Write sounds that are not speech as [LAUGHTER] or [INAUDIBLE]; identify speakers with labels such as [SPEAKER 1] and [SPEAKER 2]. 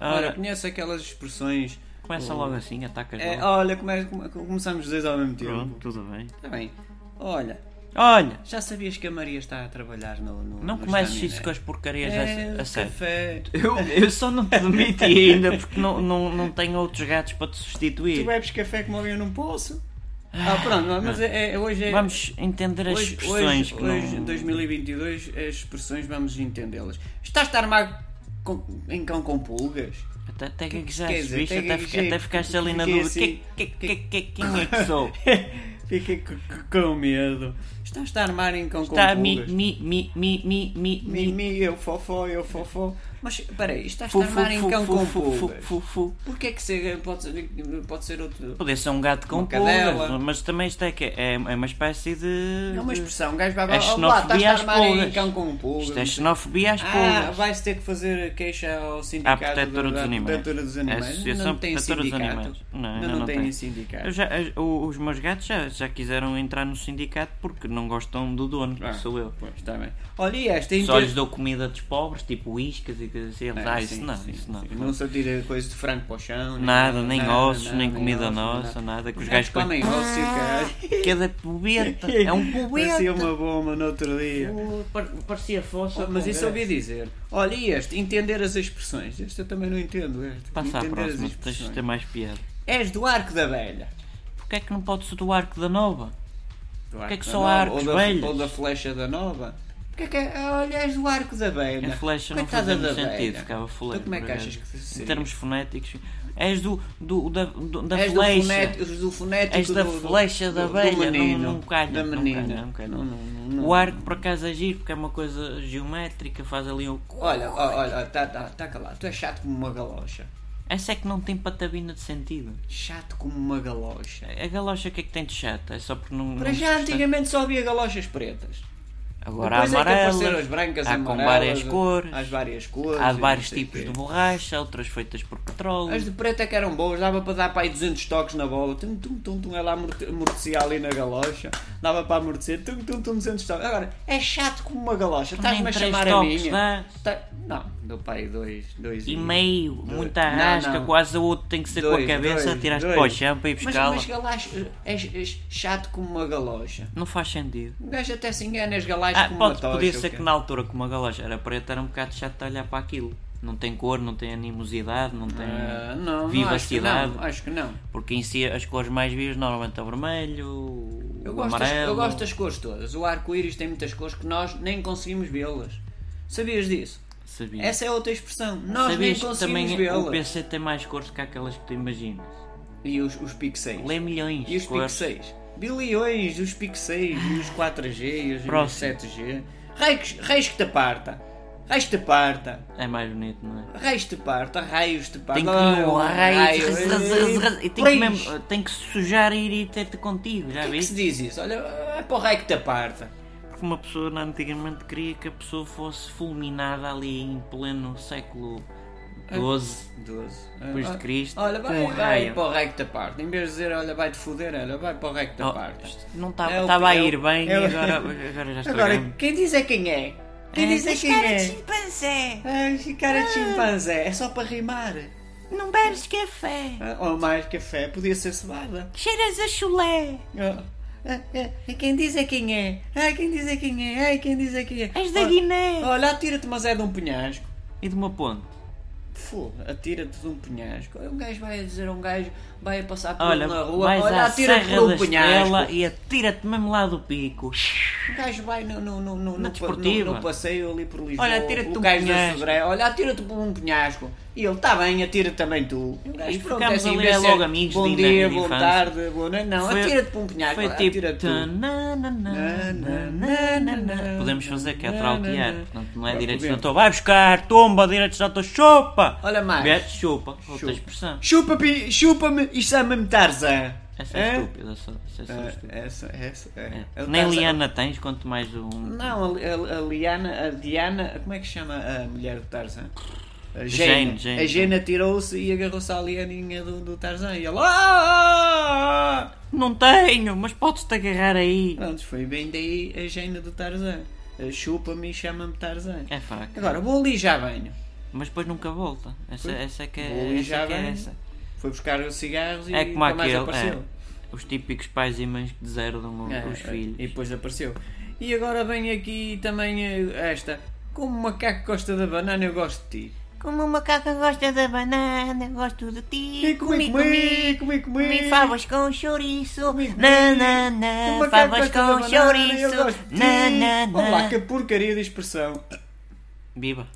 [SPEAKER 1] Ora,
[SPEAKER 2] Ora,
[SPEAKER 1] conhece aquelas expressões.
[SPEAKER 2] começa logo assim, ataca
[SPEAKER 1] É,
[SPEAKER 2] logo.
[SPEAKER 1] olha, come- come- começamos os dois ao mesmo
[SPEAKER 2] Pronto,
[SPEAKER 1] tempo.
[SPEAKER 2] tudo bem.
[SPEAKER 1] Está bem. Olha,
[SPEAKER 2] Olha,
[SPEAKER 1] já sabias que a Maria está a trabalhar no. no
[SPEAKER 2] não
[SPEAKER 1] no
[SPEAKER 2] comeces
[SPEAKER 1] Stanley,
[SPEAKER 2] isso com as porcarias
[SPEAKER 1] né?
[SPEAKER 2] a,
[SPEAKER 1] é,
[SPEAKER 2] a sério.
[SPEAKER 1] café.
[SPEAKER 2] Eu, eu só não te demiti ainda porque não, não, não tenho outros gatos para te
[SPEAKER 1] Tu
[SPEAKER 2] substituir.
[SPEAKER 1] bebes café como eu não posso. Ah, pronto, mas é, é- hoje é.
[SPEAKER 2] Vamos entender as
[SPEAKER 1] Hoje,
[SPEAKER 2] expressões
[SPEAKER 1] hoje,
[SPEAKER 2] que
[SPEAKER 1] hoje
[SPEAKER 2] não...
[SPEAKER 1] 2022, as expressões vamos entendê-las. Estás-te armado com- em cão com
[SPEAKER 2] [LAUGHS]
[SPEAKER 1] pulgas?
[SPEAKER 2] Até, até que,
[SPEAKER 1] que
[SPEAKER 2] já
[SPEAKER 1] quer dizer?
[SPEAKER 2] subiste,
[SPEAKER 1] Até que-
[SPEAKER 2] até, fica-
[SPEAKER 1] que-
[SPEAKER 2] até ficaste ali na
[SPEAKER 1] fiquei
[SPEAKER 2] dúvida.
[SPEAKER 1] assim.
[SPEAKER 2] Que, que, que, que, quem
[SPEAKER 1] [LAUGHS]
[SPEAKER 2] é que sou?
[SPEAKER 1] Fiquei c- c- com medo. Estás-te a armar em cão
[SPEAKER 2] Está Tá,
[SPEAKER 1] com
[SPEAKER 2] mi,
[SPEAKER 1] pulgas?
[SPEAKER 2] mi, mi, mi, mi, mi,
[SPEAKER 1] Mi,
[SPEAKER 2] mi.
[SPEAKER 1] mi, eu fofó, eu fofó. Mas peraí, estás-te
[SPEAKER 2] Fu,
[SPEAKER 1] a
[SPEAKER 2] fu,
[SPEAKER 1] armar em
[SPEAKER 2] fu,
[SPEAKER 1] cão
[SPEAKER 2] fu,
[SPEAKER 1] com
[SPEAKER 2] fu, fu,
[SPEAKER 1] pulgas?
[SPEAKER 2] fu, fu.
[SPEAKER 1] Porquê que ser, pode, ser, pode ser outro. É
[SPEAKER 2] Poder ser um gato com
[SPEAKER 1] Uma cadela.
[SPEAKER 2] pulgas, mas também isto é que é, é uma espécie de.
[SPEAKER 1] É uma
[SPEAKER 2] de-
[SPEAKER 1] expressão, um gajo vai
[SPEAKER 2] É
[SPEAKER 1] "Oh, lá, estás-te
[SPEAKER 2] xenofobia
[SPEAKER 1] a
[SPEAKER 2] às
[SPEAKER 1] armar em
[SPEAKER 2] pulgas.
[SPEAKER 1] cão com pulgas.
[SPEAKER 2] Isto é xenofobia às
[SPEAKER 1] Ah,
[SPEAKER 2] pulgas.
[SPEAKER 1] vai-se ter que fazer queixa ao sindicato
[SPEAKER 2] À protetora
[SPEAKER 1] da-
[SPEAKER 2] dos
[SPEAKER 1] da
[SPEAKER 2] animais.
[SPEAKER 1] protetora dos animais.
[SPEAKER 2] A Associação
[SPEAKER 1] não tem
[SPEAKER 2] Protetora dos
[SPEAKER 1] sindicato.
[SPEAKER 2] Animais. Não,
[SPEAKER 1] Ainda
[SPEAKER 2] ainda
[SPEAKER 1] não,
[SPEAKER 2] não
[SPEAKER 1] tem
[SPEAKER 2] tem.
[SPEAKER 1] sindicato.
[SPEAKER 2] Eu já- as- o- os meus gatos já, já quiseram entrar no sindicato porque não gostam do dono,
[SPEAKER 1] Ah,
[SPEAKER 2] que sou eu.
[SPEAKER 1] Pois, está bem. Olha, e esta
[SPEAKER 2] Só lhes
[SPEAKER 1] inter...
[SPEAKER 2] dou comida dos pobres, tipo iscas e coisas assim. Eles, ah, isso
[SPEAKER 1] É, sim,
[SPEAKER 2] não,
[SPEAKER 1] sim,
[SPEAKER 2] isso não.
[SPEAKER 1] sim. Não se tira coisa de frango para o chão.
[SPEAKER 2] Nada, nem ossos, nem comida
[SPEAKER 1] ossos,
[SPEAKER 2] nossa,
[SPEAKER 1] nada.
[SPEAKER 2] nada. Que os
[SPEAKER 1] Os
[SPEAKER 2] gajos
[SPEAKER 1] gajos
[SPEAKER 2] comem.
[SPEAKER 1] comem ossos e
[SPEAKER 2] [LAUGHS]
[SPEAKER 1] caralho.
[SPEAKER 2] Cada
[SPEAKER 1] [LAUGHS]
[SPEAKER 2] pobeta é um pobeta.
[SPEAKER 1] Parecia uma bomba no outro dia.
[SPEAKER 2] Oh, par- Parecia fossa.
[SPEAKER 1] Oh, mas
[SPEAKER 2] com
[SPEAKER 1] isso eu
[SPEAKER 2] graça.
[SPEAKER 1] ouvi dizer. Olha, e este, entender as expressões. Este eu também não entendo. Este.
[SPEAKER 2] Passa à
[SPEAKER 1] entender as
[SPEAKER 2] próxima, tens de
[SPEAKER 1] expressões.
[SPEAKER 2] ter mais piada.
[SPEAKER 1] És do arco da velha.
[SPEAKER 2] Porquê é que não pode ser do arco da nova?
[SPEAKER 1] Do
[SPEAKER 2] Porquê é que
[SPEAKER 1] da
[SPEAKER 2] só
[SPEAKER 1] nova,
[SPEAKER 2] há arcos
[SPEAKER 1] ou da,
[SPEAKER 2] velhos?
[SPEAKER 1] Ou da flecha da nova? Porquê é que é- olha, és do arco da velha?
[SPEAKER 2] A flecha não
[SPEAKER 1] Coitada
[SPEAKER 2] fazia muito
[SPEAKER 1] da velha.
[SPEAKER 2] sentido, ficava fuleiro.
[SPEAKER 1] Então como é que
[SPEAKER 2] por
[SPEAKER 1] achas
[SPEAKER 2] acaso.
[SPEAKER 1] que seria?
[SPEAKER 2] Em termos fonéticos, és do, do- da, do- da
[SPEAKER 1] és do
[SPEAKER 2] flecha.
[SPEAKER 1] fonético, és do fonético
[SPEAKER 2] És da
[SPEAKER 1] do- do-
[SPEAKER 2] flecha da
[SPEAKER 1] do
[SPEAKER 2] abelha,
[SPEAKER 1] menino,
[SPEAKER 2] não, não calha.
[SPEAKER 1] Da
[SPEAKER 2] não
[SPEAKER 1] menina.
[SPEAKER 2] calha, não calha.
[SPEAKER 1] Não, não, não,
[SPEAKER 2] O arco por acaso é giro porque é uma coisa geométrica, faz ali um.
[SPEAKER 1] Olha, ó, olha, ó, tá, tá, tá calado. Tu és chato como uma galocha.
[SPEAKER 2] Essa é que não tem patabina de sentido.
[SPEAKER 1] Chato como uma galocha.
[SPEAKER 2] A galocha o que é que tem de chata? É só porque não.
[SPEAKER 1] Para
[SPEAKER 2] não
[SPEAKER 1] já,
[SPEAKER 2] se gostar.
[SPEAKER 1] antigamente só havia galochas pretas.
[SPEAKER 2] Agora há
[SPEAKER 1] Depois é que
[SPEAKER 2] amarelas,
[SPEAKER 1] apareceram as brancas,
[SPEAKER 2] há com
[SPEAKER 1] amarelas,
[SPEAKER 2] várias cores,
[SPEAKER 1] As várias cores.
[SPEAKER 2] há
[SPEAKER 1] e
[SPEAKER 2] de
[SPEAKER 1] não
[SPEAKER 2] vários
[SPEAKER 1] sei o
[SPEAKER 2] tipos
[SPEAKER 1] quê.
[SPEAKER 2] de borracha, outras feitas por petróleo.
[SPEAKER 1] As de preto é que eram boas, dava para dar para aí 200 toques na bola, tum, tum, tum, tum, ela amorte- amortecia ali na galocha, dava para amortecer, tum, tum, tum, 200 toques. Agora, é chato como uma galocha, estás-me a
[SPEAKER 2] três
[SPEAKER 1] chamar a
[SPEAKER 2] toques
[SPEAKER 1] minha.
[SPEAKER 2] dá.
[SPEAKER 1] Tá- Não, deu para aí dois, dois
[SPEAKER 2] E meio, muita
[SPEAKER 1] Não,
[SPEAKER 2] rasca,
[SPEAKER 1] não.
[SPEAKER 2] quase o outro tem que ser com
[SPEAKER 1] Dois,
[SPEAKER 2] a cabeça,
[SPEAKER 1] dois,
[SPEAKER 2] atiraste
[SPEAKER 1] dois.
[SPEAKER 2] para o chão para ir
[SPEAKER 1] Mas,
[SPEAKER 2] buscá-la.
[SPEAKER 1] mas galacho, és, és chato como uma galocha.
[SPEAKER 2] Não faz sentido.
[SPEAKER 1] Um gajo até se engana, és galacho
[SPEAKER 2] Ah,
[SPEAKER 1] como
[SPEAKER 2] pode,
[SPEAKER 1] uma tocha.
[SPEAKER 2] podia
[SPEAKER 1] ou
[SPEAKER 2] ser
[SPEAKER 1] quê?
[SPEAKER 2] que na altura, como a galocha era preta, era um bocado chato de olhar para aquilo. Não tem cor, não tem animosidade, não tem
[SPEAKER 1] Ah, não, não, acho que
[SPEAKER 2] vivacidade.
[SPEAKER 1] não, acho que não.
[SPEAKER 2] Porque em si as cores mais vivas normalmente é o vermelho, o
[SPEAKER 1] Eu gosto, das,
[SPEAKER 2] amarelo.
[SPEAKER 1] eu gosto das cores todas. O arco-íris tem muitas cores que nós nem conseguimos vê-las. Sabias disso?
[SPEAKER 2] Sabia.
[SPEAKER 1] Essa é outra expressão. Nós
[SPEAKER 2] Sabias
[SPEAKER 1] nem
[SPEAKER 2] que
[SPEAKER 1] conseguimos
[SPEAKER 2] também o
[SPEAKER 1] vê-las.
[SPEAKER 2] PC tem mais cores que aquelas que tu imaginas.
[SPEAKER 1] E os, os pixéis.
[SPEAKER 2] Lê milhões
[SPEAKER 1] E os
[SPEAKER 2] de cores.
[SPEAKER 1] pixéis. Bilhões dos pixéis, e os 4G, e os
[SPEAKER 2] Próximo.
[SPEAKER 1] 7G. Reis, reis que te aparta. Reis te parta.
[SPEAKER 2] É mais bonito, não é?
[SPEAKER 1] Reis te parta. Raios te parta.
[SPEAKER 2] Tem que
[SPEAKER 1] Ah,
[SPEAKER 2] um raio, raz, raz, raz, raz, e tem que
[SPEAKER 1] Reis.
[SPEAKER 2] mesmo, tem que sujar e ir até te contigo, já
[SPEAKER 1] Por que
[SPEAKER 2] viste?
[SPEAKER 1] se diz isso? Olha, é para o raio que te aparta.
[SPEAKER 2] Porque uma pessoa na- antigamente queria que a pessoa fosse fulminada ali em pleno século
[SPEAKER 1] É.
[SPEAKER 2] XII
[SPEAKER 1] 12.
[SPEAKER 2] depois de Cristo.
[SPEAKER 1] Ah, Olha, vai,
[SPEAKER 2] com um
[SPEAKER 1] vai
[SPEAKER 2] raio.
[SPEAKER 1] para o recta parte. Em vez de dizer, olha, vai-te foder, olha, vai para o recta
[SPEAKER 2] Oh,
[SPEAKER 1] parte.
[SPEAKER 2] isto não
[SPEAKER 1] É o-
[SPEAKER 2] estava a
[SPEAKER 1] é o-
[SPEAKER 2] ir bem
[SPEAKER 1] é o-
[SPEAKER 2] e agora, agora já
[SPEAKER 1] Agora,
[SPEAKER 2] estragamos.
[SPEAKER 1] quem diz é quem é? Quem diz é
[SPEAKER 3] Mas
[SPEAKER 1] quem
[SPEAKER 3] cara
[SPEAKER 1] é?
[SPEAKER 3] de chimpanzé,
[SPEAKER 1] Ai, que cara
[SPEAKER 2] Ah.
[SPEAKER 1] de chimpanzé. É só para rimar.
[SPEAKER 3] não bebes café,
[SPEAKER 1] Ah, Ou mais café, podia ser cevada.
[SPEAKER 3] cheiras a chulé,
[SPEAKER 1] Ah, ah, ah, Quem diz é quem é? Ai, quem diz é quem é? Ai, quem diz é quem é?
[SPEAKER 3] és da
[SPEAKER 1] Olha-
[SPEAKER 3] Guiné,
[SPEAKER 1] Olha, atira-te, mas é de um penhasco.
[SPEAKER 2] E de uma ponte.
[SPEAKER 1] Fô, atira-te de um penhasco. Um gajo vai a dizer a um gajo, vai a passar por um
[SPEAKER 2] Olha,
[SPEAKER 1] na rua,
[SPEAKER 2] vais
[SPEAKER 1] olha,
[SPEAKER 2] à
[SPEAKER 1] atira-te de
[SPEAKER 2] Serra da
[SPEAKER 1] um penhasco.
[SPEAKER 2] Estrela e atira-te mesmo lá do pico.
[SPEAKER 1] O gajo vai no, no, no, no, no, pa-
[SPEAKER 2] desportiva.
[SPEAKER 1] no- no passeio ali por Lisboa.
[SPEAKER 2] Olha, atira-te
[SPEAKER 1] o
[SPEAKER 2] um
[SPEAKER 1] gajo da
[SPEAKER 2] penhasco.
[SPEAKER 1] Sodré, olha, atira-te por um penhasco. E ele, está bem, atira também tu. E o gajo,
[SPEAKER 2] E
[SPEAKER 1] pronto,
[SPEAKER 2] ficamos
[SPEAKER 1] assim,
[SPEAKER 2] ali
[SPEAKER 1] vê se é
[SPEAKER 2] logo amigos
[SPEAKER 1] Bom
[SPEAKER 2] de
[SPEAKER 1] dia,
[SPEAKER 2] na-
[SPEAKER 1] boa
[SPEAKER 2] infância.
[SPEAKER 1] tarde, boa noite. Não,
[SPEAKER 2] Foi-
[SPEAKER 1] atira-te por um penhasco,
[SPEAKER 2] Foi
[SPEAKER 1] olha,
[SPEAKER 2] tipo.
[SPEAKER 1] atira-te tu.
[SPEAKER 2] tananana. Podemos fazer que é trautear, portanto não é
[SPEAKER 1] Vai,
[SPEAKER 2] direitos de
[SPEAKER 1] podemos.
[SPEAKER 2] autor. Vai buscar, tomba, direitos de autor, chupa!
[SPEAKER 1] Olha mais.
[SPEAKER 2] Vê, chupa, outra
[SPEAKER 1] Chupa.
[SPEAKER 2] expressão.
[SPEAKER 1] Chupa-me, chupa-me e chama-me Tarzan.
[SPEAKER 2] Essa é estúpida, essa, essa é só
[SPEAKER 1] É,
[SPEAKER 2] estúpida.
[SPEAKER 1] Essa, essa, é.
[SPEAKER 2] É.
[SPEAKER 1] É o
[SPEAKER 2] Nem
[SPEAKER 1] Tarzan.
[SPEAKER 2] Liana tens, quanto mais um.
[SPEAKER 1] Não, a, a, a Liana, a Diana, como é que se chama a mulher do Tarzan? A
[SPEAKER 2] Jane,
[SPEAKER 1] Jane.
[SPEAKER 2] Jane.
[SPEAKER 1] a Jane atirou-se e agarrou-se à Lianinha do, do Tarzan e ela. "Ah!"
[SPEAKER 2] Não tenho, mas podes-te agarrar aí.
[SPEAKER 1] Pronto, foi bem daí a Jane do Tarzan. A "Ah, Chupa-me e chama-me Tarzan.
[SPEAKER 2] É fraca.
[SPEAKER 1] Agora, vou ali e já venho.
[SPEAKER 2] Mas depois nunca volta. Essa,
[SPEAKER 1] Pois.
[SPEAKER 2] essa é que
[SPEAKER 1] Boa,
[SPEAKER 2] é,
[SPEAKER 1] e
[SPEAKER 2] essa
[SPEAKER 1] já
[SPEAKER 2] é que é
[SPEAKER 1] vem.
[SPEAKER 2] essa.
[SPEAKER 1] Foi buscar os cigarros e
[SPEAKER 2] É como
[SPEAKER 1] nunca mais
[SPEAKER 2] aquele.
[SPEAKER 1] apareceu.
[SPEAKER 2] é, os típicos pais e mães que deserdam o-
[SPEAKER 1] É,
[SPEAKER 2] os
[SPEAKER 1] é,
[SPEAKER 2] filhos.
[SPEAKER 1] E depois apareceu. E agora vem aqui também eh, esta. Como o macaco gosta da banana, eu gosto de ti.
[SPEAKER 3] Como o macaco gosta da banana, gosto de ti.
[SPEAKER 1] E é comi, comi,
[SPEAKER 3] Comi
[SPEAKER 1] comi, comi.
[SPEAKER 3] favas com chouriço.
[SPEAKER 1] Comi, comi.
[SPEAKER 3] Na, na, na.
[SPEAKER 1] Uma
[SPEAKER 3] Favas
[SPEAKER 1] carpeta
[SPEAKER 3] com
[SPEAKER 1] de banana, eu
[SPEAKER 3] chouriço.
[SPEAKER 1] gosto de
[SPEAKER 3] Na,
[SPEAKER 1] ti.
[SPEAKER 3] na,
[SPEAKER 1] Olha lá,
[SPEAKER 3] na.
[SPEAKER 1] que porcaria de expressão.
[SPEAKER 2] Viva!